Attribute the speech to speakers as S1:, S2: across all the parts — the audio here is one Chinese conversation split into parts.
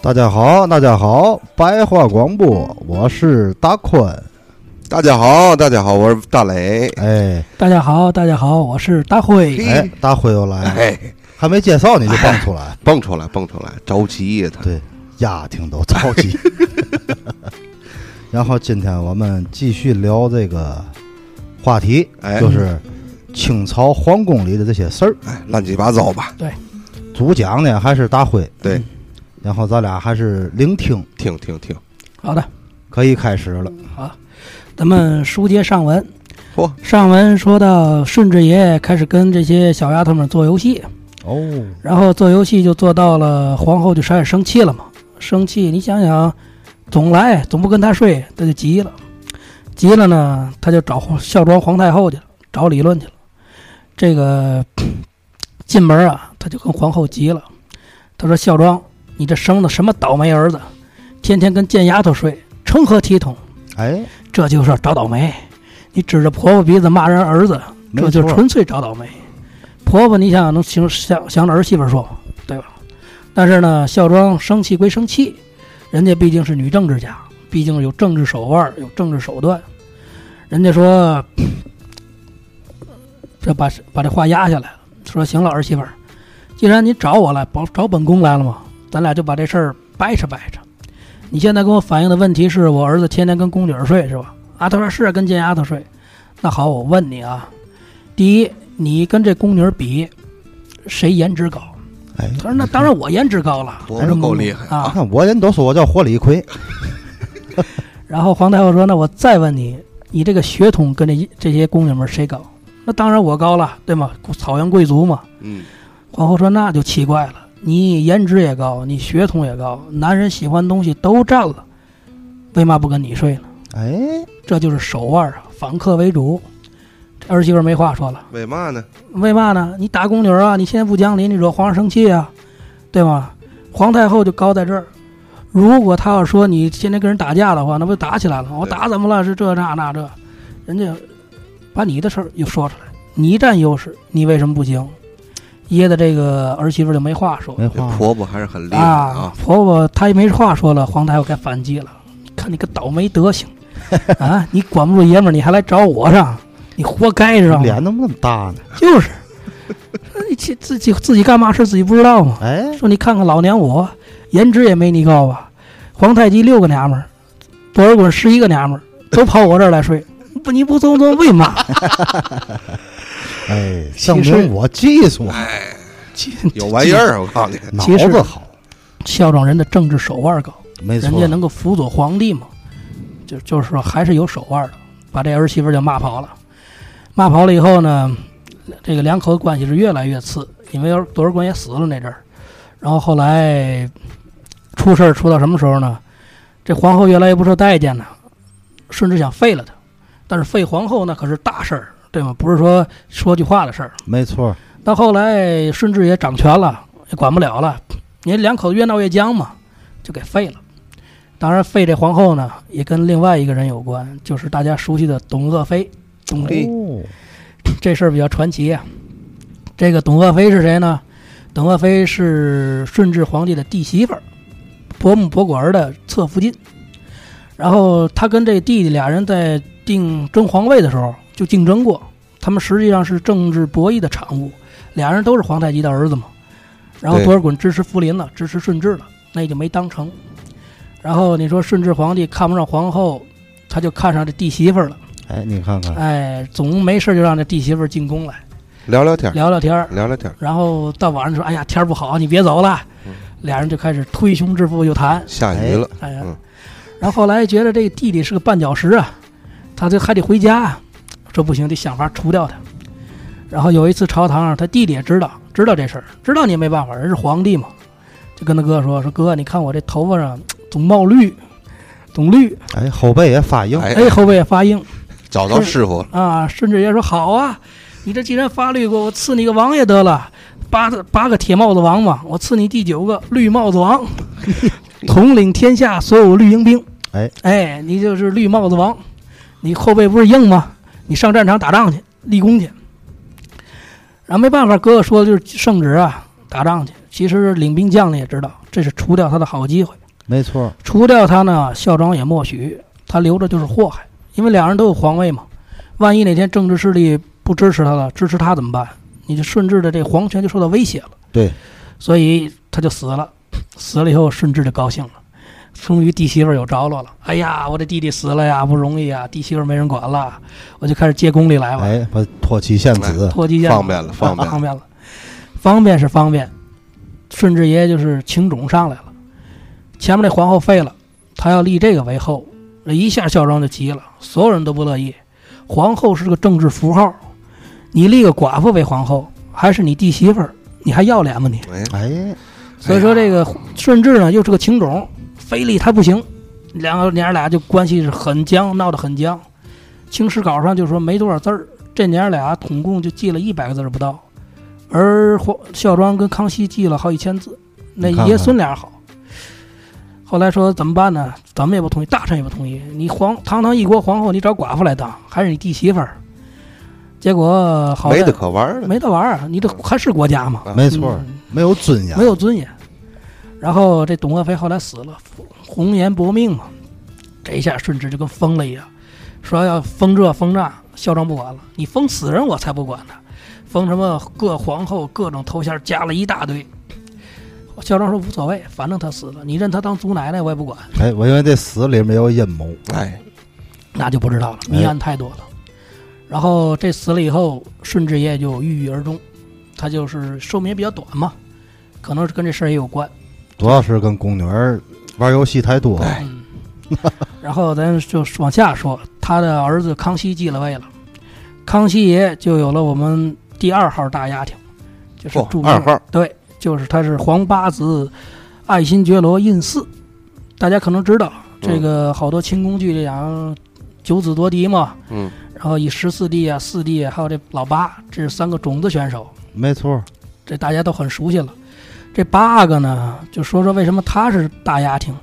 S1: 大家好，大家好，白话广播，我是大坤。
S2: 大家好，大家好，我是大磊。
S1: 哎
S3: 大家好，大家好，我是大辉。
S1: 哎，大辉又来了，
S2: 哎，
S1: 还没介绍你就蹦出来，
S2: 蹦出来，蹦出来，着急呀他。
S1: 对，丫听都着急。然后今天我们继续聊这个话题，
S2: 哎
S1: 就是清朝皇宫里的这些事儿。
S2: 哎，乱七八糟吧，
S1: 主讲呢还是大辉，
S2: 对，
S1: 然后咱俩还是聆听，
S2: 听听听。
S3: 好的，
S1: 可以开始了。
S3: 咱们书接上文。
S2: 嚯，
S3: 上文说到顺治爷开始跟这些小丫头们做游戏，
S1: 哦，
S3: 然后做游戏就做到了皇后就开始生气了嘛。生气，你想想，总来总不跟他睡，他就急了。急了呢，他就找皇孝庄皇太后去了，找理论去了。这个 进门啊，他就跟皇后急了，他说：“孝庄，你这生的什么倒霉儿子，天天跟贱丫头睡，成何体统？”
S1: 哎，
S3: 这就是找倒霉。你指着婆婆鼻子骂人儿子，
S1: 没
S3: 这就
S1: 错
S3: 纯粹找倒霉。婆婆，你想想能行想想着儿媳妇儿说吗？对吧？但是呢，孝庄生气归生气，人家毕竟是女政治家，毕竟有政治手腕，有政治手段。人家说， 这把把这话压下来了，说行了，儿媳妇儿，既然你找我来，找找本宫来了嘛，咱俩就把这事儿掰扯掰扯。你现在跟我反映的问题是我儿子天天跟宫女儿睡是吧？啊，他说是跟贱丫头睡。那好，我问你啊，第一，你跟这宫女儿比，谁颜值高？
S1: 哎，
S3: 他 说那当然我颜值高了，
S2: 我们够厉害
S3: 啊！
S1: 看我人都说我叫活李逵，
S3: 然后皇太后说：“那我再问你，你这个血统跟这这些宫女们谁高？那当然我高了，对吗？草原贵族嘛。
S2: 嗯，”
S3: 皇后说：“那就奇怪了，你颜值也高，你血统也高，男人喜欢的东西都占了，为嘛不跟你睡呢？
S1: 哎，
S3: 这就是手腕啊，反客为主。”这儿媳妇儿没话说了，
S2: 为嘛呢？
S3: 为嘛呢？你打宫女儿啊，你现在不讲理，你惹皇上生气啊，对吗？皇太后就高在这儿。如果她要说你现在跟人打架的话，那不就打起来了吗？我
S2: 对
S3: 打怎么了？是这那那这，人家把你的事儿又说出来，你占优势，你为什么不行？噎的这个儿媳妇就没话说
S1: 没
S2: 这
S1: 话。
S2: 婆婆还是很厉害
S3: 啊
S2: 嗯啊。！
S3: 婆婆她也没话说了，皇太后该反击了。你看你个倒霉德行啊！你管不住爷们儿，你还来找我上，你活该知道吗？
S1: 脸怎么那么大呢？
S3: 就是，说你去自己自己干嘛事自己不知道吗？
S1: 哎，
S3: 说你看看老娘我，颜值也没你高吧？皇太极六个娘们儿，博尔衮十一个娘们儿，都跑我这儿来睡，不你不尊重为嘛？
S1: 哎，
S3: 其
S1: 证
S3: 实
S1: 明我技术
S2: 哎有玩意儿，我告诉你。
S1: 脑
S3: 其实
S1: 子好，
S3: 孝庄人的政治手腕高，
S1: 没错
S3: 人。家能够辅佐皇帝嘛，就就是说还是有手腕的，把这儿媳妇儿就骂跑了。骂跑了以后呢，这个两口子关系是越来越次，因为多尔衮也死了那阵儿，然后后来出事儿出到什么时候呢？这皇后越来越不受待见呢，顺治想废了她，但是废皇后那可是大事儿，对吗？不是说说句话的事儿。
S1: 没错，
S3: 到后来顺治也掌权了，也管不了了，你两口子越闹越僵嘛，就给废了。当然，废这皇后呢，也跟另外一个人有关，就是大家熟悉的董鄂妃。董
S2: 嘿
S1: 哦，
S3: 这事儿比较传奇啊。这个董鄂妃是谁呢？董鄂妃是顺治皇帝的弟媳妇儿，伯母伯果儿的侧福晋。然后她跟这弟弟俩人在定争皇位的时候就竞争过，他们实际上是政治博弈的产物，俩人都是皇太极的儿子嘛。然后
S2: 对
S3: 多尔衮支持福临了，支持顺治了，那也就没当成。然后你说顺治皇帝看不上皇后，他就看上这弟媳妇儿了。
S1: 哎，你看看，
S3: 哎，总没事就让这弟媳妇儿进宫来
S2: 聊聊天儿，
S3: 聊聊天儿，
S2: 聊聊天儿，
S3: 然后到晚上说：“哎呀，天儿不好，你别走了。”
S2: 嗯
S3: 俩人就开始推胸置腹就谈。
S2: 下雨了，
S3: 哎呀
S2: 嗯，
S3: 然后后来觉得这个弟弟是个绊脚石啊，他这还得回家啊，说不行，得想法除掉他。然后有一次朝堂上，他弟弟也知道知道这事儿，知道你也没办法，人是皇帝嘛，就跟他哥说：“说哥，你看我这头发上总冒绿，总绿，
S1: 哎，后背也发硬，
S2: 哎
S3: 哎，后背也发硬。”
S2: 找到师傅了，
S3: 啊，顺治爷说好啊，你这既然发绿过，我赐你个王爷得了，八个八个铁帽子王嘛，我赐你第九个绿帽子王，统领天下所有绿营兵。
S1: 哎
S3: 哎，你就是绿帽子王，你后背不是硬吗？你上战场打仗去，立功去。然后没办法，哥哥说的就是圣旨啊，打仗去。其实领兵将领也知道，这是除掉他的好机会。
S1: 没错，
S3: 除掉他呢，孝庄也默许，他留着就是祸害，因为两人都有皇位嘛。万一哪天政治势力不支持他了，支持他怎么办？你就顺治的这皇权就受到威胁了。
S1: 对，
S3: 所以他就死了。死了以后，顺治就高兴了，终于弟媳妇儿有着落了。哎呀，我这弟弟死了呀，不容易啊，弟媳妇儿没人管了，我就开始接宫里来吧，
S1: 哎，把唾弃献子，
S3: 脱缰见
S2: 方便了，方便
S3: 方
S2: 了，
S3: 便了，方便是方便。顺治爷就是情种上来了，前面那皇后废了，他要立这个为后，这一下孝庄就急了，所有人都不乐意。皇后是个政治符号，你立个寡妇为皇后，还是你弟媳妇儿，你还要脸吗你？
S2: 哎，
S1: 哎，
S3: 所以说这个顺治呢又是个情种，非礼他不行，两个娘俩就关系是很僵，闹得很僵。清史稿上就说没多少字儿，这娘俩统共就记了一百个字儿不到，而皇孝庄跟康熙记了好几千字，那
S1: 你看看
S3: 爷孙俩好。后来说怎么办呢？咱们也不同意，大臣也不同意。你皇堂堂一国皇后，你找寡妇来当，还是你弟媳妇儿？结果好
S2: 没
S3: 在
S2: 得可玩了，
S3: 没得玩儿，你这还是国家吗？
S1: 哎没错
S3: 嗯，
S1: 没有尊严
S3: 没，有尊严。然后这董鄂妃后来死了，红颜薄命嘛，这一下顺治就跟疯了一样，说要封这封那，孝庄不管了，你封死人我才不管呢，封什么各皇后各种头衔加了一大堆。孝庄说无所谓，反正他死了，你认他当祖奶奶我也不管，
S1: 哎，我因为这死里面有阴谋，
S2: 哎，
S3: 嗯那就不知道了，谜案太多了。然后这死了以后，顺治爷就郁郁而终，他就是寿命也比较短嘛，可能是跟这事儿也有关。
S1: 主要是跟宫女儿玩游戏太多，
S2: 哎
S3: 嗯， 然后咱就往下说，他的儿子康熙继了位了，康熙爷就有了我们第二号大丫头，就是
S2: 嚯
S3: 著名的
S2: 哦二号
S3: 对，就是他是皇八子爱新觉罗胤嗣，大家可能知道
S2: 嗯
S3: 这个好多清宫剧里讲九子夺嫡嘛，
S2: 嗯，
S3: 然后以十四弟啊、四弟啊，还有这老八，这是三个种子选手，
S1: 没错，
S3: 这大家都很熟悉了。这八阿哥呢，就说说为什么他是大丫挺，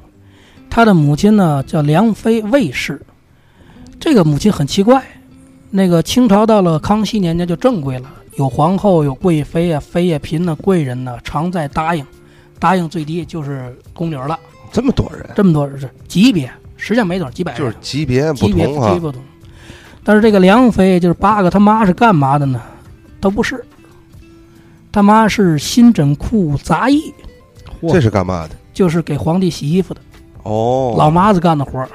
S3: 他的母亲呢叫梁妃魏氏，这个母亲很奇怪。那个清朝到了康熙年间就正规了，有皇后，有贵妃啊、妃呀、嫔呐、贵人呐、常在答应，答应最低就是宫女儿了，
S2: 这么多人，
S3: 这么多人是级别，实际上没多少，几百人，
S2: 就是级别不
S3: 级别
S2: 同
S3: 哎
S2: 啊
S3: 级
S2: 哈，
S3: 不同。但是这个梁妃就是八个他妈是干嘛的呢？都不是，他妈是新枕库杂役，
S1: 嚯
S2: 这是干嘛的？
S3: 就是给皇帝洗衣服的
S2: 哦，
S3: 老妈子干的活儿。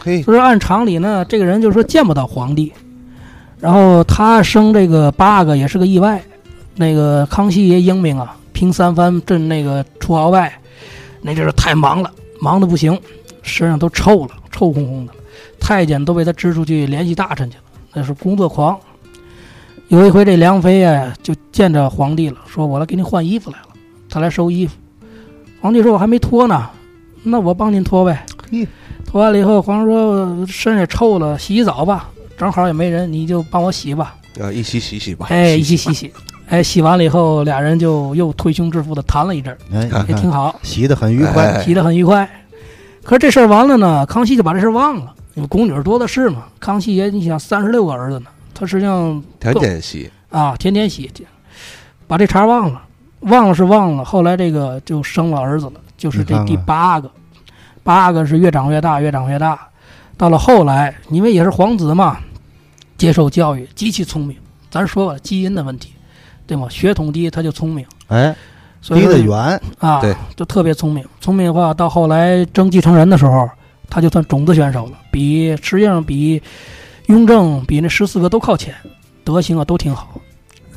S2: 嘿，
S3: 所以说按常理呢，这个人就是说见不到皇帝。然后他生这个八阿哥也是个意外，那个康熙爷英明啊，平三藩镇那个出鳌拜，那就是太忙了，忙的不行，身上都臭了，臭烘烘的了太监都被他支出去联系大臣去了，那是工作狂。有一回这梁妃啊，就见着皇帝了，说我来给你换衣服来了，他来收衣服。皇帝说我还没脱呢，那我帮您脱呗。脱完了以后，皇上说身上也臭了，洗洗澡吧，正好也没人，你就帮我洗吧。
S2: 啊，一起洗洗吧，
S3: 哎，一起洗洗。哎，洗完了以后，俩人就又推胸置腹的谈了一阵儿，
S1: 哎，
S2: 看
S1: 你
S3: 也挺
S1: 看，
S3: 好，
S1: 洗的很愉快，
S2: 哎
S3: 洗得很愉快。可是这事儿完了呢，康熙就把这事儿忘了，因为宫女儿多的是嘛。康熙爷，你想三十六个儿子呢，他实际上
S2: 天天洗，
S3: 啊天天洗，把这茬儿忘了，忘了是忘了。后来这个就生了儿子了，就是这
S1: 你看
S3: 第
S1: 看
S3: 八个，八个是越长越大，越长越大。到了后来，因为也是皇子嘛，接受教育极其聪明。咱说了基因的问题，对吗？血统低他就聪明，
S1: 哎，
S3: 所以
S1: 离
S3: 说
S1: 得远，
S3: 啊，
S2: 对，
S3: 就特别聪明。聪明的话，到后来争继承人的时候，他就算种子选手了，比实际上比雍正、比那十四个都靠前，德行啊都挺好。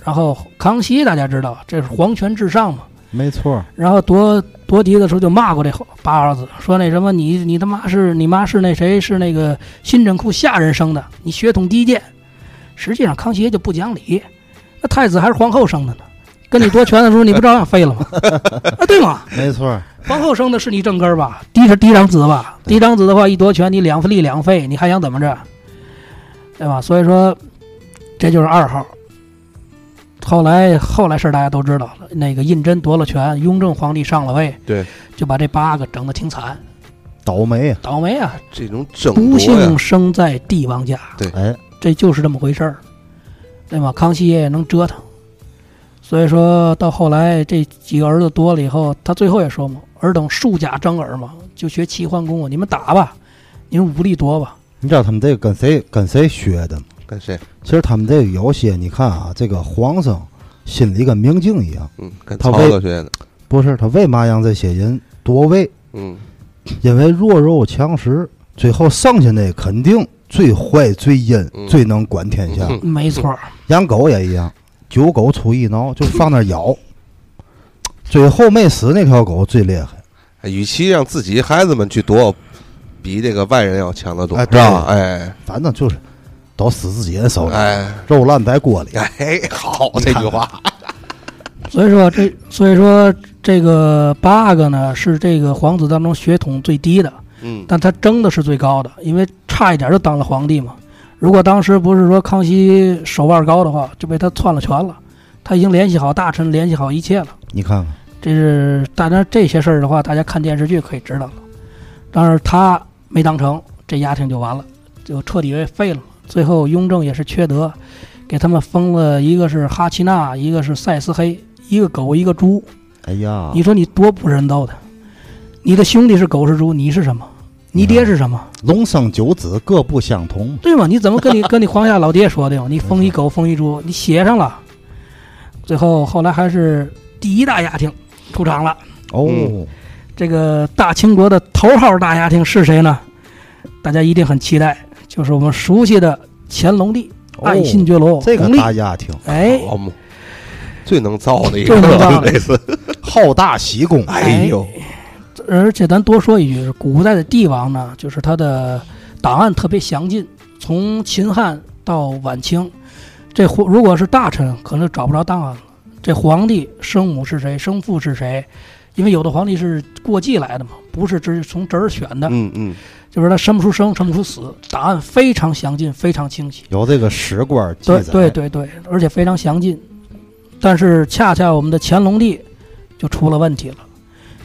S3: 然后康熙大家知道，这是皇权至上嘛。
S1: 没错，
S3: 然后夺夺嫡的时候就骂过这八儿子，说那什么你你他妈是你妈是那谁是那个新枕库下人生的，你血统低贱。实际上康熙爷就不讲理，那太子还是皇后生的呢，跟你夺权的时候你不照样废了吗？啊，对吗？
S1: 没错，
S3: 皇后生的是你正根儿吧？嫡是嫡长子吧？嫡长子的话，一夺权，你两立两废，你还想怎么着？对吧？所以说，这就是二号。后来后来事儿大家都知道了，那个胤禛夺了权，雍正皇帝上了位，
S2: 对，
S3: 就把这八个整的挺惨，
S1: 倒霉啊，
S3: 倒霉啊！
S2: 这种争夺
S3: 不
S2: 呀
S3: 幸，生在帝王家，
S1: 哎，
S3: 这就是这么回事儿，对吧？康熙爷也能折腾，所以说到后来这几个儿子多了以后，他最后也说嘛：“尔等数甲张耳嘛，就学齐桓公啊，你们打吧，你们武力多吧。
S1: 你知道他们这个跟谁跟谁学的吗？
S2: 跟谁？
S1: 其实他们这个有些，你看啊，这个皇上心里跟明镜一样，
S2: 嗯，跟
S1: 他
S2: 曹
S1: 为
S2: 哥学的。
S1: 不是他为嘛让这些人夺位？
S2: 嗯，
S1: 因为弱肉强食，最后剩下那肯定最坏、最阴、
S2: 嗯
S1: 最能管天下。
S2: 嗯”
S3: 没错儿，
S1: 养狗也一样，九狗出一挠，就放那儿咬，最后没死那条狗最厉害。
S2: 哎与其让自己孩子们去夺，比这个外人要强得多，
S1: 哎
S2: 知道吧？哎
S1: 反正就是都死自己人手里，
S2: 哎
S1: 肉烂在锅里。
S2: 哎， 好这句话，
S3: 所以说这，所以说这个八阿哥呢是这个皇子当中血统最低的，
S2: 嗯
S3: 但他争的是最高的，因为差一点就当了皇帝嘛。如果当时不是说康熙手腕高的话，就被他篡了权了。他已经联系好大臣，联系好一切了。
S1: 你看看，
S3: 这是当然这些事儿的话，大家看电视剧可以知道了。但是他没当成，这家庭就完了，就彻底被废了。最后雍正也是缺德，给他们封了一个是哈奇纳，一个是赛斯黑，一个狗一个猪。
S1: 哎呀
S3: 你说你多不人道的！你的兄弟是狗是猪，你是什么？你爹是什么？
S1: 龙生九子各不相同，
S3: 对吗？你怎么跟你跟你皇家老爹说的呀？你封一狗封一猪，你写上了。最后后来还是第一大家庭出场了。
S1: 哦，
S2: 嗯
S3: 这个大清国的头号大家庭是谁呢？大家一定很期待，就是我们熟悉的乾隆帝、
S1: 哦
S3: 爱新觉罗、
S1: 这
S3: 弘
S1: 个
S3: 历。
S1: 大家庭
S3: 哎，
S2: 好嘛，最能造的一
S3: 最
S2: 个
S3: 能造，的
S2: 这次，
S1: 好大喜功，
S2: 哎呦，
S3: 而且咱多说一句，古代的帝王呢，就是他的档案特别详尽，从秦汉到晚清，这皇如果是大臣，可能找不着档案了。这皇帝生母是谁，生父是谁？因为有的皇帝是过继来的嘛，不是只是从侄儿选的，
S2: 嗯嗯，
S3: 就是他生不出生，生不出死，档案非常详尽，非常清晰。
S1: 有这个史官记
S3: 对
S1: 载，
S3: 对对对，而且非常详尽。但是恰恰我们的乾隆帝就出了问题了。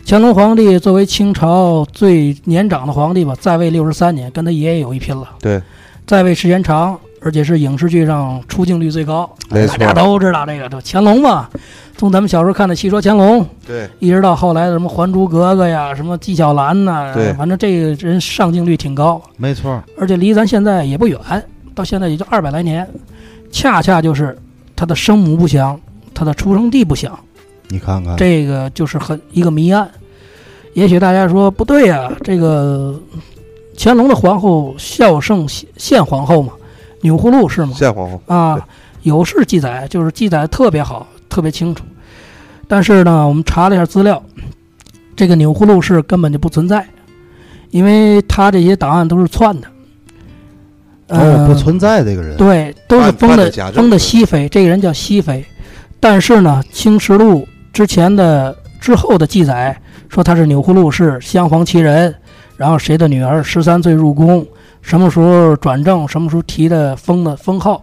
S3: 乾隆皇帝作为清朝最年长的皇帝吧，在位六十三年，跟他爷爷有一拼了。
S2: 对，
S3: 在位时间长，而且是影视剧上出镜率最高，
S2: 没
S3: 大家
S2: 错，
S3: 都知道这个。这乾隆嘛，从咱们小时候看的《戏说乾隆》，
S2: 对，
S3: 一直到后来的什么《还珠格格》呀，什么纪晓岚呐
S2: 对，
S3: 反正这个人上镜率挺高。
S1: 没错，
S3: 而且离咱现在也不远，到现在也就二百来年，恰恰就是他的生母不详，他的出生地不详，
S1: 你看看，
S3: 这个就是很一个谜案。也许大家说不对呀、这个乾隆的皇后孝圣宪宪皇后嘛，钮祜禄是吗？
S2: 谢皇后，对
S3: 啊，有是记载，就是记载得特别好，特别清楚。但是呢，我们查了一下资料，这个钮祜禄氏根本就不存在，因为他这些档案都是篡的。
S1: 哦，
S3: 呃
S1: 不存在这个人，
S3: 对，都是
S2: 嗯办
S3: 封
S2: 办的
S3: 的
S2: 假证
S3: 封的
S2: 对
S3: 西非，这个人叫西非。但是呢，《清石录》之前的之后的记载说他是钮祜禄氏镶黄旗人，然后谁的女儿十三岁入宫，什么时候转正，什么时候提的封的封号。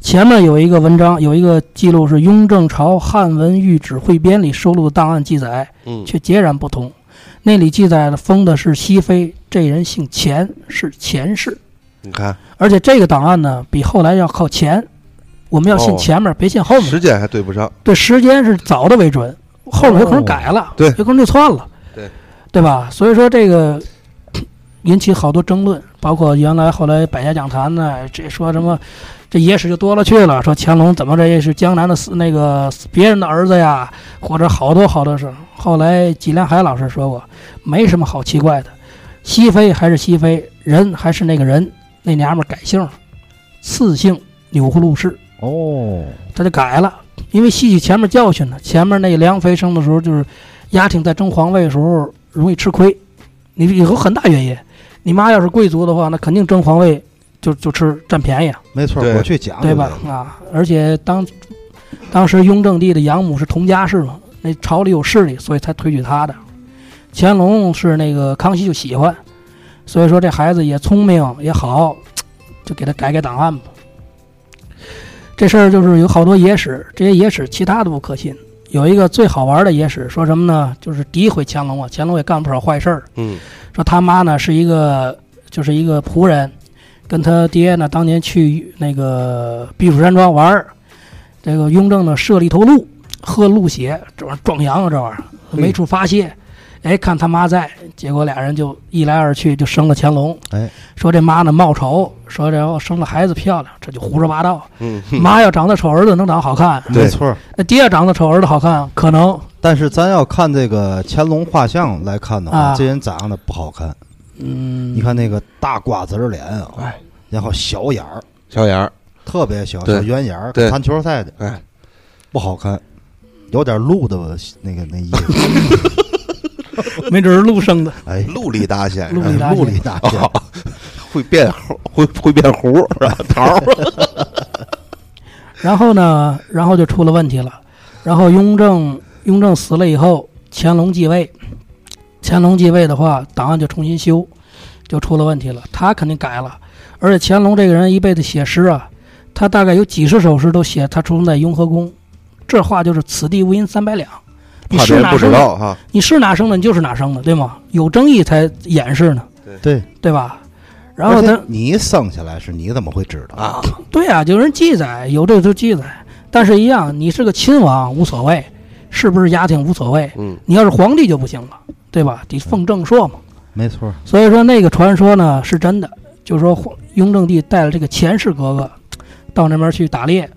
S3: 前面有一个文章，有一个记录是《雍正朝汉文御旨汇编》里收录的档案记载，
S2: 嗯，
S3: 却截然不同。那里记载了封的是熹妃，这人姓钱，是钱氏。
S2: 你看
S3: 而且这个档案呢，比后来要靠前，我们要信
S2: 哦
S3: 前面，别信后面。
S2: 时间还对不上，
S3: 对，时间是早的为准，后面有可能改了，
S2: 哦对
S3: 有可能就篡了，
S2: 对，
S3: 对吧？所以说这个引起好多争论，包括原来后来百家讲坛呢，这说什么这野史就多了去了，说乾隆怎么着也是江南的死那个别人的儿子呀，或者好多好多事儿。后来纪连海老师说过，没什么好奇怪的，熹妃还是熹妃，人还是那个人，那娘们儿改姓儿，赐姓钮祜禄氏。
S1: 哦，
S3: 他就改了，因为吸取前面教训呢。前面那个梁妃生的时候，就是丫挺在争皇位的时候容易吃亏，你有很大原因。你妈要是贵族的话，那肯定争皇位就就吃占便宜啊，
S1: 没错，
S2: 对
S1: 我去讲，
S3: 对吧？？啊，而且当当时雍正帝的养母是佟佳氏嘛，那朝里有势力，所以才推举他的。乾隆是那个康熙就喜欢，所以说这孩子也聪明也好，就给他改改档案吧。这事儿就是有好多野史，这些野史其他的不可信。有一个最好玩的野史说什么呢？就是诋毁乾隆啊，乾隆也干不少坏事儿。
S2: 嗯，
S3: 说他妈呢是一个就是一个仆人，跟他爹呢当年去那个避暑山庄玩儿，这个雍正呢设了一头鹿，喝鹿血，这玩意儿壮阳啊，这玩意儿没处发泄。哎，看他妈在，结果俩人就一来二去就生了乾隆。
S1: 哎，
S3: 说这妈呢貌丑，说然后生了孩子漂亮，这就胡说八道。
S2: 嗯，
S3: 妈要长得丑，儿子能长好看；
S1: 没错儿。
S3: 那爹要长得丑，儿子好看，可能
S1: 但是咱要看这个乾隆画像来看的话，
S3: 啊
S1: 这人长得不好看。
S3: 嗯，
S1: 你看那个大瓜子儿脸啊
S2: 哎，
S1: 然后小眼儿
S2: 小眼儿，
S1: 特别小，
S2: 对
S1: 小圆眼儿，
S2: 对
S1: 弹球赛的
S2: 哎，
S1: 不好看，有点露的那个那意思。
S3: 没准是陆生的。
S1: 哎，
S2: 陆力大仙
S3: 陆力大仙
S1: 露里大仙，
S2: 哦，会变猴，会会变胡是吧？桃 儿
S3: 然后呢，然后就出了问题了。然后雍正雍正死了以后，乾隆继位。乾隆继位的话，档案就重新修，就出了问题了。他肯定改了，而且乾隆这个人一辈子写诗啊，他大概有几十首诗都写他出生在雍和宫。这话就是“此地无银三百两”，你
S2: 怕别
S3: 是
S2: 人
S3: 哪
S2: 不知
S3: 生的，
S2: 道哈。
S3: 你是哪生的，你就是哪生的，对吗？有争议才掩饰呢，
S1: 对。
S3: 对吧？然后他
S1: 而且你生下来是你怎么会知道
S2: 啊？
S3: 对啊，有人记载，有这都记载，但是一样，你是个亲王无所谓，是不是家庭无所谓，
S2: 嗯，
S3: 你要是皇帝就不行了，对吧？得奉正朔嘛。
S1: 没错儿，
S3: 所以说那个传说呢是真的，就是说皇雍正帝带了这个前世格格到那边去打猎，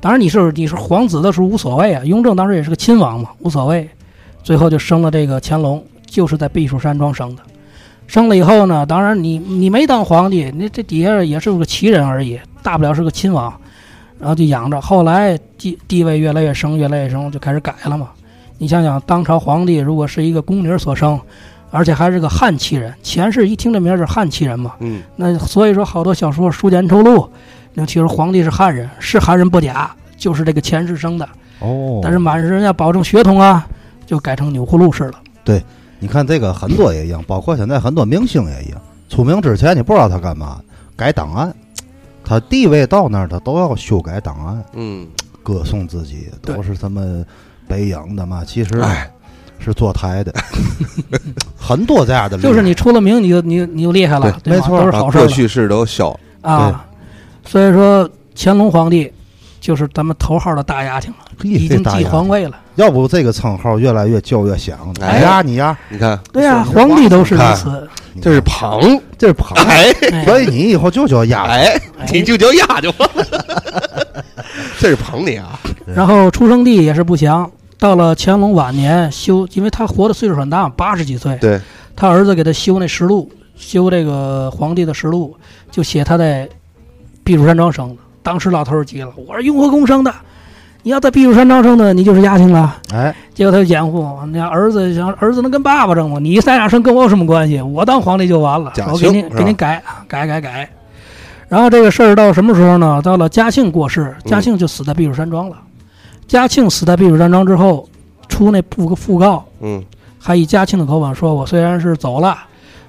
S3: 当然你是你是皇子的时候无所谓啊，雍正当时也是个亲王嘛，无所谓，最后就生了这个乾隆，就是在避暑山庄生的。生了以后呢，当然你你没当皇帝，你这底下也是个旗人而已，大不了是个亲王，然后就养着。后来地地位越来越升，越来越升，就开始改了嘛。你想想，当朝皇帝如果是一个宫女所生，而且还是个汉旗人，前世一听这名儿就是汉旗人嘛，
S2: 嗯，
S3: 那所以说好多小说《书简抽录》，那其实皇帝是汉人，是汉人不假，就是这个前世生的，
S1: 哦
S3: 但是满世人要保证血统啊，就改成钮祜禄氏了。
S1: 你看这个很多也一样，包括现在很多明星也一样。出名之前你不知道他干嘛，改档案，他地位到那儿他都要修改档案，
S2: 嗯，
S1: 歌颂自己
S3: 对
S1: 都是他们北影的嘛，其实
S2: 哎，
S1: 是坐台 的，很多这样的例子。
S3: 就是你出了名，你就你你就厉害了，
S1: 哎对
S3: 对吧
S1: 没错
S3: 都是
S2: 嗯把
S3: 好事
S2: 过
S3: 儿了
S2: 去式都消了。
S3: 啊。所以说乾隆皇帝就是咱们头号的大丫挺了，
S1: 嘿
S3: 已
S1: 这
S3: 经
S1: 大
S3: 继
S1: 爷，
S3: 皇位了。
S1: 要不这个称号越来越叫越响的。
S2: 哎
S1: 你呀你呀，
S2: 你看，
S3: 对呀、
S1: 是
S3: 皇帝都是如
S2: 看
S3: 此。
S1: 你
S2: 这是
S1: 呀
S2: 旁，
S1: 这是旁，
S2: 哎
S3: 哎
S1: 所以你以后就叫丫头。
S2: 哎，
S3: 哎
S2: 你就叫丫就完了。 这是捧你啊，
S3: 然后出生地也是不详。到了乾隆晚年修，因为他活的岁数很大，八十几岁，
S2: 对，
S3: 他儿子给他修那实录，修这个皇帝的实录，就写他在避暑山庄生的。当时老头儿急了，我是雍和宫生的，你要在避暑山庄生的，你就是丫挺了。
S1: 哎，
S3: 结果他就掩护，那儿子想儿子能跟爸爸争吗？你咱俩生跟我有什么关系？我当皇帝就完了
S2: 假，
S3: 我给你
S2: 性是吧
S3: 给你改改改改。然后这个事儿到什么时候呢？到了嘉庆过世，嘉庆就死在避暑山庄了。嘉庆死在避暑山庄之后，出那布讣告，
S2: 嗯，
S3: 还以嘉庆的口吻说：“我虽然是走了，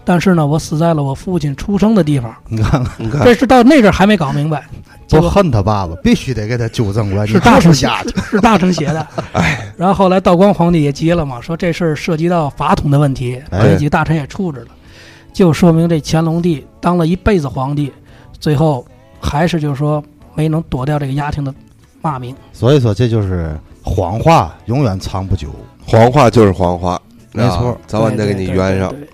S3: 但是呢，我死在了我父亲出生的地方。
S1: 你看看，
S2: 你”看
S3: 这是到那阵儿还没搞明白，结
S1: 不
S3: 果
S1: 恨他爸爸，必须得给他纠正过来。
S3: 是
S1: 你
S3: 大
S1: 就
S3: 臣
S1: 是丫头，
S3: 是大臣写的。
S2: 哎
S3: 然后后来道光皇帝也急了嘛，说这事儿涉及到法统的问题，
S1: 哎
S3: 这几大臣也处置了，就说明这乾隆帝当了一辈子皇帝，最后还是就是说没能躲掉这个丫廷的骂名。
S1: 所以说这就是谎话永远藏不久。
S2: 黄花就是黄花，
S1: 没错
S2: 啊早晚得给你圆上
S3: 对。。对对对对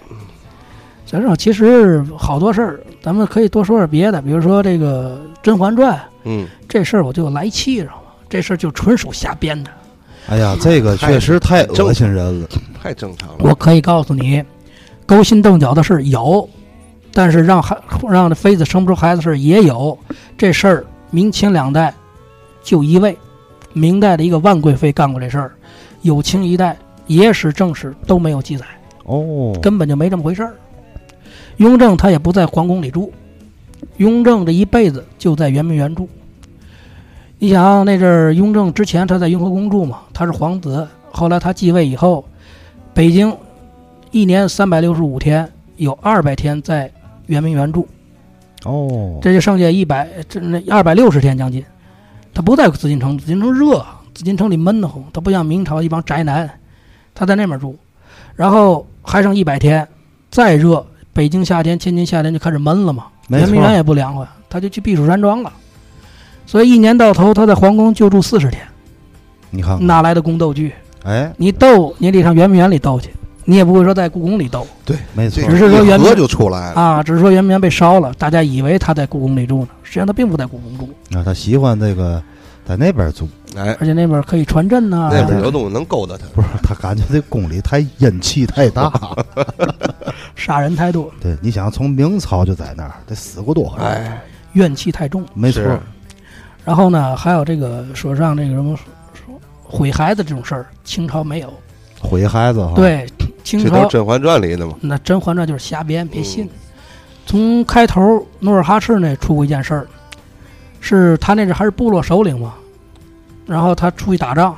S3: 咱说，其实好多事儿，咱们可以多说点别的，比如说这个《甄嬛传》
S2: 嗯，
S3: 这事儿，我就来气上了。这事儿就纯属瞎编的。
S1: 哎
S3: 啊
S1: 呀，这个确实太恶心人了。
S2: 太正常了。
S3: 我可以告诉你，勾心斗角的事儿有，但是让孩让这妃子生不出孩子的事儿也有。这事儿明清两代就一位，明代的一个万贵妃干过这事儿，有清一代野史正史都没有记载。
S1: 哦，
S3: 根本就没这么回事儿。雍正他也不在皇宫里住，雍正这一辈子就在圆明园住。你想啊那阵儿，雍正之前他在雍和宫住嘛，他是皇子。后来他继位以后，北京一年三百六十五天，有二百天在圆明园住，
S1: 哦，
S3: 这就剩下一百这那二百六十天将近。他不在紫禁城，紫禁城热，紫禁城里闷得慌。他不像明朝一帮宅男，他在那边住，然后还剩一百天，再热，北京夏天、天津夏天就开始闷了嘛，
S1: 没
S3: 圆
S1: 错
S3: 明，园也不凉快，他就去避暑山庄了。所以一年到头，他在皇宫就住四十天，
S1: 你看看，
S3: 哪来的宫斗剧？
S1: 哎，
S3: 你斗你得上圆明园里斗去，你也不会说在故宫里斗
S1: 没错
S2: 这
S1: 儿，
S3: 只是说
S2: 一
S3: 原
S2: 合
S3: 本
S2: 就出来了。
S1: 嗯
S3: 啊。只是说圆明园被烧了，大家以为他在故宫里住呢，实际上他并不在故宫住，
S1: 啊，他喜欢这个在那边住，
S2: 哎，
S3: 而且那边可以传阵呐、
S2: 那边有东西能勾搭他。
S1: 不是他感觉这宫里太阴气太大。
S3: 杀人太多，
S1: 对，你想从明朝就在那儿，得死过多少人？
S2: 哎，
S3: 怨气太重。
S1: 没错儿，
S3: 然后呢，还有这个说上这个什么说毁孩子这种事儿，清朝没有。
S1: 毁孩子哈，，
S3: 对，清
S2: 哦这都是
S3: 朝
S2: 《甄嬛传》里的嘛。
S3: 那《甄嬛传》就是瞎编，别信
S2: 嗯。
S3: 从开头努尔哈赤那出过一件事儿，是他那是还是部落首领嘛，然后他出去打仗，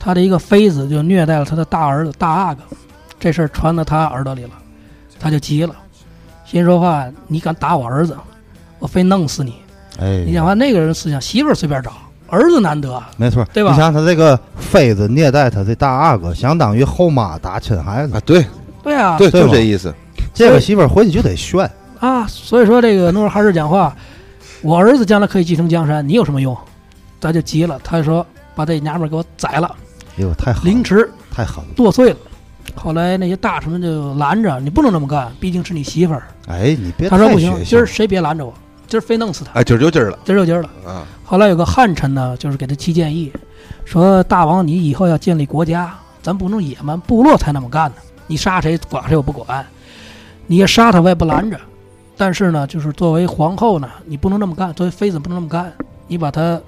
S3: 他的一个妃子就虐待了他的大儿子大阿哥，这事儿传到他耳朵里了，他就急了，心说话你敢打我儿子，我非弄死你！
S1: 哎，
S3: 你想看那个人思想，媳妇儿随便找，儿子难得啊，
S1: 没错儿，
S3: 对吧
S1: 你想他这个妃子虐待他这大阿哥，相当于后妈打亲孩子
S2: 啊，，对
S3: 对啊，
S2: 对，
S1: 对
S2: 就
S1: 嘛
S2: 这意思。
S1: 这个媳妇儿回去就得炫，
S3: 啊，所以说这个努尔哈赤讲话，我儿子将来可以继承江山，你有什么用？他就急了，他就说把这娘们儿给我宰了，
S1: 哎呦，太狠
S3: 凌
S1: 了，
S3: 迟
S1: 太狠了！
S3: 剁碎了。后来那些大臣们就拦着，你不能这么干，毕竟是你媳妇儿。
S1: 哎，你别
S3: 他说
S1: 太
S3: 不
S1: 血
S3: 行，
S1: 腥
S3: 今儿谁别拦着我，今儿非弄死他，
S2: 哎，今儿就今儿了
S3: 今儿就今儿了。
S2: 啊，
S3: 后来有个汉臣呢，就是给他提建议，说大王你以后要建立国家，咱不能野蛮，部落才那么干呢。你杀谁管谁我不管，你也杀他我也不拦着。但是呢，就是作为皇后呢，你不能这么干；作为妃子不能这么干，你把他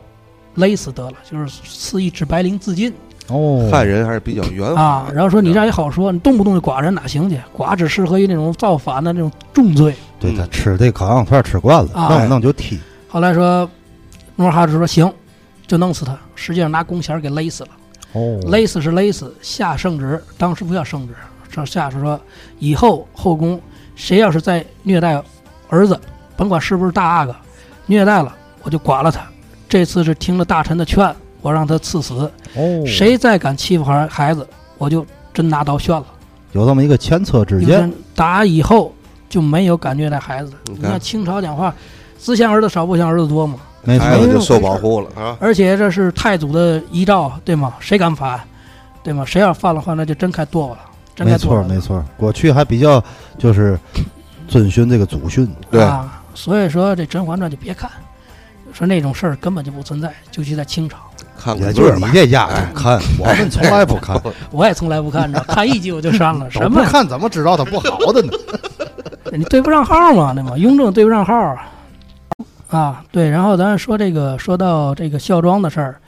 S3: 勒死得了，就是赐一纸白绫自尽
S1: 哦，
S2: 汉人还是比较圆
S3: 啊
S2: 滑。。
S3: 然后说你这样也好说，你动不动就剐人哪行去？剐只适合于那种造反的那种重罪。
S1: 对
S2: 嗯
S1: 他吃这烤羊串吃惯了，
S3: 啊
S1: 弄弄就踢，
S3: 后来说，努尔哈赤说行，就弄死他，实际上拿弓弦儿给勒死了。
S1: 哦，
S2: 嗯
S3: 勒死是勒死，下圣旨，当时不叫圣旨，上下是说以后后宫谁要是再虐待儿子，甭管是不是大阿哥，虐待了我就剐了他。这次是听了大臣的劝，我让他赐死，
S2: 嗯
S1: 哦，
S3: 谁再敢欺负孩孩子，我就真拿刀炫了。
S1: 有这么一个前车之
S3: 你
S1: 鉴
S3: 看，打以后就没有敢虐待孩子的。
S2: 你
S3: 你
S2: 看
S3: 看清朝讲话，自嫌儿子少，不嫌儿子多嘛。
S1: 没错
S3: 哎
S2: 孩
S1: 儿，
S2: 子就受保护了啊。
S3: 而且这是太祖的遗诏，对吗？谁敢反，对吗？谁要犯了话，那就真该剁了，真该
S1: 没
S3: 剁
S1: 错
S3: 了
S1: 儿，。没错儿。过去还比较就是遵循这个祖训，
S2: 对，
S3: 啊，所以说这《甄嬛传》就别看，说那种事儿根本就不存在，尤其在清朝，
S2: 看
S1: 也
S2: 看
S1: 就是你
S2: 吧。哎
S1: 这丫头看，我们从来不看，
S3: 我也从来不看，你知道，看一集我就删 了，
S1: 都
S3: 什
S1: 不
S3: 么呀
S1: 看怎么知道它不好的呢？
S3: 你对不上号嘛，对吗？雍正对不上号啊啊，对。然后咱说这个，说到这个孝庄的事儿，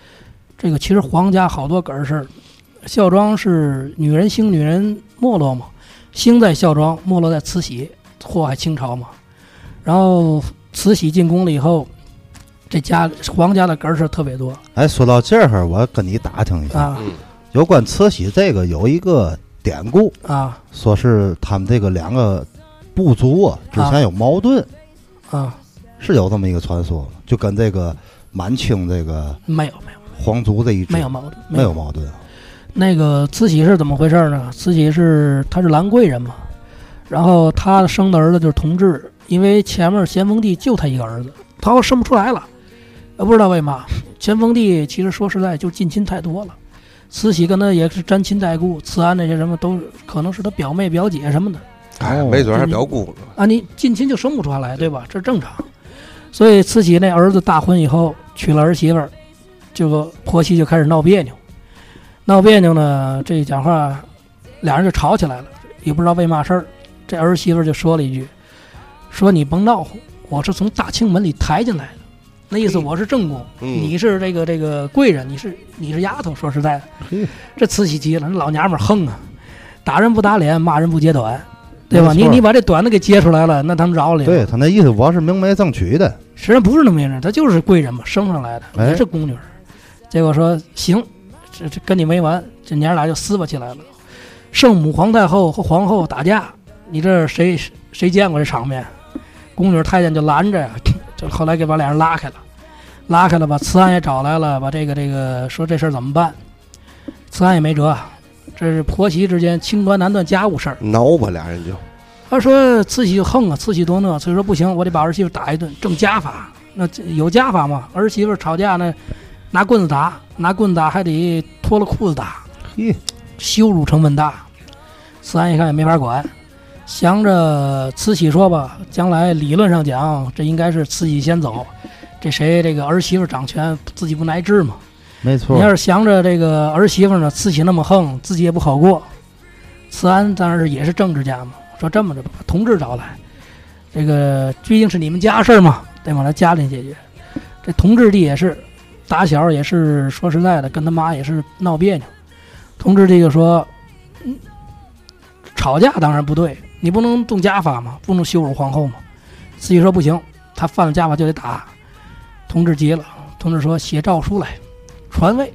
S3: 这个其实皇家好多个儿事儿，孝庄是女人兴，女人没落嘛，兴在孝庄，没落在慈禧，祸害清朝嘛。然后慈禧进宫了以后，这家皇家的格儿事儿特别多
S1: 哎，说到这儿，我跟你打听一下，
S3: 啊
S2: 嗯，
S1: 有关慈禧这个有一个典故，
S3: 啊
S1: 说是他们这个两个部族啊之前有矛盾，
S3: 啊！
S1: 是有这么一个传说，就跟这个满清这个
S3: 没有没有
S1: 皇族这一支
S3: 没有矛盾，
S1: 没有矛盾啊，
S3: 那个慈禧是怎么回事呢？慈禧是她是兰贵人嘛，然后她生的儿子就是同治，因为前面咸丰帝就她一个儿子，她生不出来了，呃，不知道为嘛。咸丰帝其实说实在就近亲太多了，慈禧跟他也是沾亲带故，慈安那些什么都是可能是他表妹表姐什么的，
S2: 哎，
S1: 哦
S2: 没准还是比较孤呢。
S3: 啊，你近亲就生不出来，对吧？这正常。所以慈禧那儿子大婚以后娶了儿媳妇儿，这个婆媳就开始闹别扭，闹别扭呢，这讲话俩人就吵起来了，也不知道为嘛事儿。这儿媳妇儿就说了一句：“说你甭闹乎，我是从大清门里抬进来的，那意思我是正宫，
S2: 嗯
S3: 你是这个这个贵人，你是你是丫头。”说实在的
S1: 嘿，
S3: 这慈禧急了，那老娘们儿横啊，打人不打脸，骂人不揭短。对吧？
S1: 没
S3: 你
S1: 错
S3: 你把这短的给揭出来了，那他们饶了你。
S1: 对，他那意思我是明媒正娶的，
S3: 实际上不是那么回事儿，她就是贵人嘛，生上来的，
S1: 哎
S3: 也是宫女儿。结果说行，这这跟你没完，这娘俩就撕巴起来了。圣母、皇太后和皇后打架，你这谁谁见过这场面？宫女儿太监就拦着呀，就后来给把俩人拉开了，拉开了，把慈安也找来了，把这个这个说这事儿怎么办？慈安也没辙，啊这是婆媳之间清官难断家务事儿。
S2: 挠吧，俩人就
S3: 他说慈禧就横啊，慈禧多讷，所以说不行，我得把儿媳妇打一顿，正家法。那这有家法吗？儿媳妇吵架呢，拿棍子打，拿棍子打还得脱了裤子打，
S1: 嘿，
S3: 羞辱成本大。慈安一看也没法管，想着慈禧说吧，将来理论上讲，这应该是慈禧先走，这谁这个儿媳妇掌权，自己不来治嘛。
S1: 没
S3: 你
S1: 错
S3: 要，是想着这个儿媳妇呢，慈禧那么横，自己也不好过。慈安当然是也是政治家嘛，说这么着吧，把同志找来，这个毕竟是你们家事儿嘛，得往他家里解决。这同治帝也是，打小也是说实在的，跟他妈也是闹别扭。同治帝就说，嗯，吵架当然不对，你不能动家法嘛，不能羞辱皇后嘛。慈禧说不行，他犯了家法就得打。同治急了，同治说写诏书来。传位，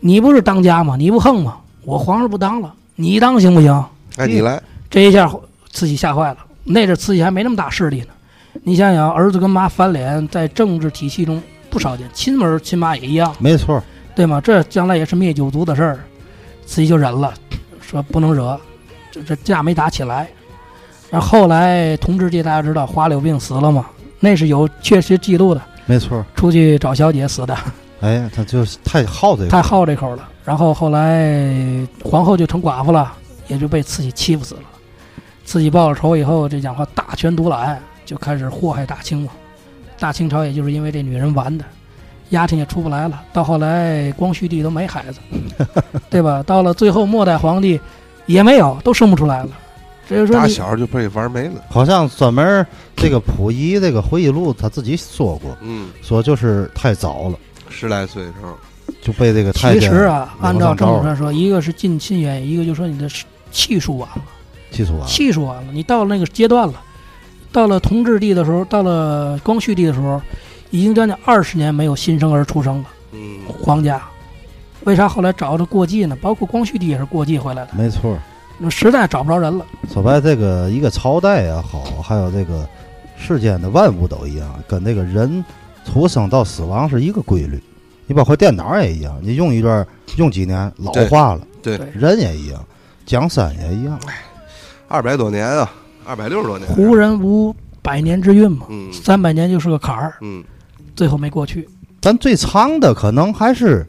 S3: 你不是当家吗？你不横吗？我皇上不当了，你当行不行？
S2: 哎，你来，
S3: 这一下慈禧吓坏了。那阵儿慈禧还没那么大势力呢。你想想，儿子跟妈翻脸，在政治体系中不少见，亲儿亲妈也一样，
S1: 没错，
S3: 对吗？这将来也是灭九族的事儿。慈禧就忍了，说不能惹，这这架没打起来。然后后来同治帝大家知道花柳病死了嘛，那是有确实记录的，
S1: 没错。
S3: 出去找小姐死的。
S1: 哎，他就是太好这个，
S3: 太好这口了。然后后来皇后就成寡妇了，也就被慈禧欺负死了。慈禧报了仇以后，这讲话大权独揽，就开始祸害大清了。大清朝也就是因为这女人玩的，丫挺也出不来了。到后来光绪帝都没孩子，对吧？到了最后末代皇帝也没有，都生不出来了。这就说
S2: 打
S3: 你
S2: 小就被玩没了。
S1: 好像专门儿这个溥仪这个回忆录他自己说过，
S2: 嗯，
S1: 说就是太早了
S2: 十来岁的时候，
S1: 就被这个太
S3: 其
S1: 监
S3: 实啊，按照正
S1: 招
S3: 统上说，一个是近亲缘，一个就说你的气数啊晚了。
S1: 气死完了，
S3: 气数完了，你到了那个阶段了，到了同治帝的时候，到了光绪帝的时候，已经将近二十年没有新生儿出生了，
S2: 嗯，
S3: 皇家。为啥后来找着过继呢？包括光绪帝也是过继回来的，
S1: 没错。
S3: 那实在找不着人了。
S1: 说白，这个一个朝代也好，还有这个世间的万物都一样，跟这个人出生到死亡是一个规律。你包括电脑也一样，你用一段儿用几年老化了，
S2: 对
S3: 对
S1: 人也一样，江山也一样，
S2: 二百多年啊，二百六十多年。
S3: 胡人无百年之运嘛，
S2: 嗯
S3: 三百年就是个坎儿，
S2: 嗯，
S3: 最后没过去，
S1: 咱最长的可能还是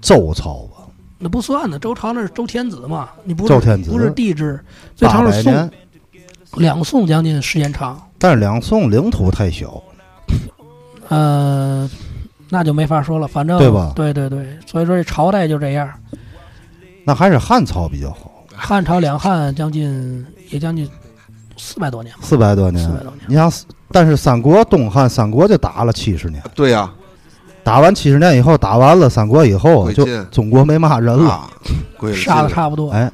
S1: 周朝吧，
S3: 那不算呢。周朝那是周天子嘛，你不是
S1: 周天子
S3: 不是帝制，最
S1: 八
S3: 长
S1: 百
S3: 是
S1: 年
S3: 宋，。两宋将近时间长。
S1: 但是两宋领土太小，
S3: 呃，那就没法说了，反正
S1: 对吧
S3: 对对对所以说这朝代就这样。
S1: 那还是汉朝比较好，
S3: 汉朝两汉将近也将近四百多年吧，
S1: 四百
S2: 嗯
S1: 多年
S3: 四。百多年。
S1: 你想，但是三国东汉三国就打了七十年，
S2: 对呀，
S1: 打完七十年以后，打完了三国以后啊
S2: 归
S1: 就
S2: 晋
S1: 中国没嘛人了，
S2: 啊，贵了劲
S3: 杀的
S2: 了，
S3: 差不多，
S1: 哎，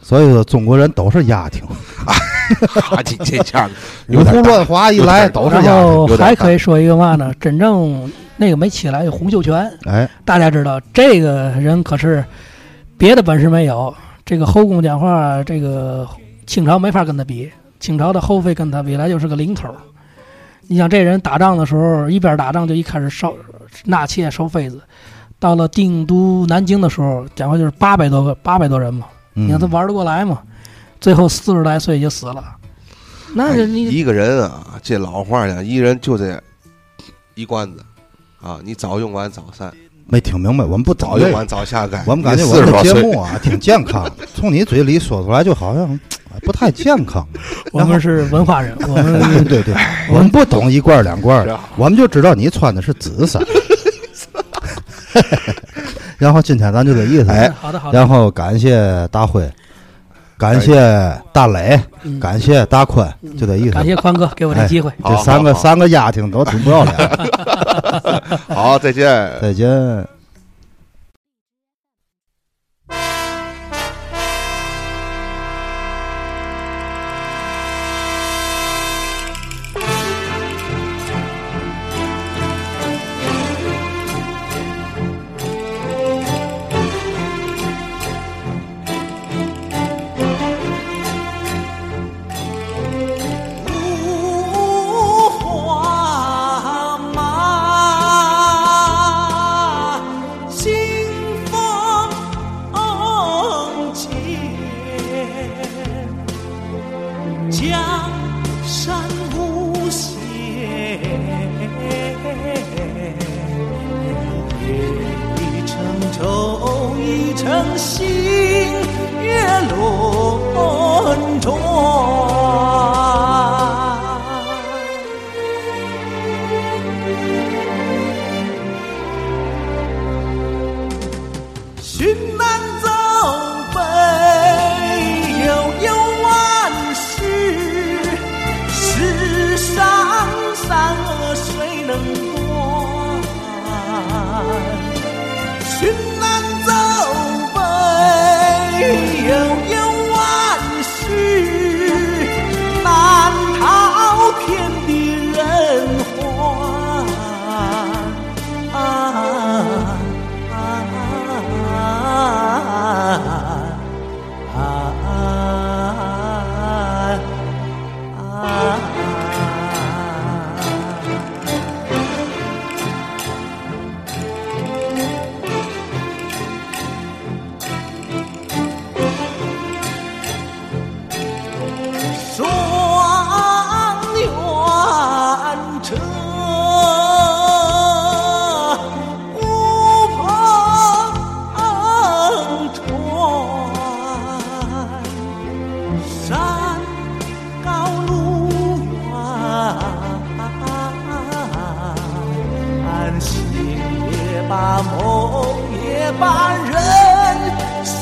S1: 所以说中国人都是家庭，
S2: 哈，你 这 家伙
S1: 五
S2: 有点
S1: 胡
S2: 大
S1: 乱华一来都是
S3: 然
S1: 家庭，
S3: 后
S2: 啊有点
S3: 还
S2: 大
S3: 可以说一个嘛呢？真正那个没起来，洪秀全，
S1: 哎，
S3: 大家知道这个人可是别的本事没有，这个后宫讲话，这个清朝没法跟他比，清朝的后妃跟他比来就是个零头儿。你想这人打仗的时候，一边打仗就一开始烧纳妾收妃子，到了定都南京的时候，讲话就是八百多个八百多人嘛，
S1: 嗯
S3: 你看他玩得过来吗？最后四十来岁就死了，那
S2: 哎
S3: 就你
S2: 一个人啊，这老话讲，一人就这一罐子啊，你早用完早散，
S1: 没听明白，我们不
S2: 早
S1: 懂
S2: 用
S1: 这个，
S2: 完早下盖。
S1: 我们感觉
S2: 哎你
S1: 我们的
S2: 40多
S1: 节
S2: 岁
S1: 目 啊挺健康的，从你嘴里说出来就好像哎不太健 康，
S3: 我们是文化人，我
S1: 对
S3: 们
S1: 对对，
S2: 哎
S1: 我们不懂一罐儿两罐儿
S2: 啊
S1: 的，我们就知道你穿的是紫色。 然后今天咱就这意思，
S2: 哎
S3: 好的好的，
S1: 然后感谢大辉，感谢大磊，
S3: 嗯
S1: 感哎谢大宽，就这意思
S3: 感。谢宽哥给我这机会。
S2: 好
S1: 这三个
S2: 好好
S1: 三个家庭都挺不要脸。
S2: 好，再见。
S1: 再见。
S4: 芦花马。成星月轮转。寻南走北，悠悠万事，世上善恶谁能断？寻南走北，悠悠万事，难逃天地人寰。双圆车，无篷船，山高路远，醒也罢，梦也罢，人生。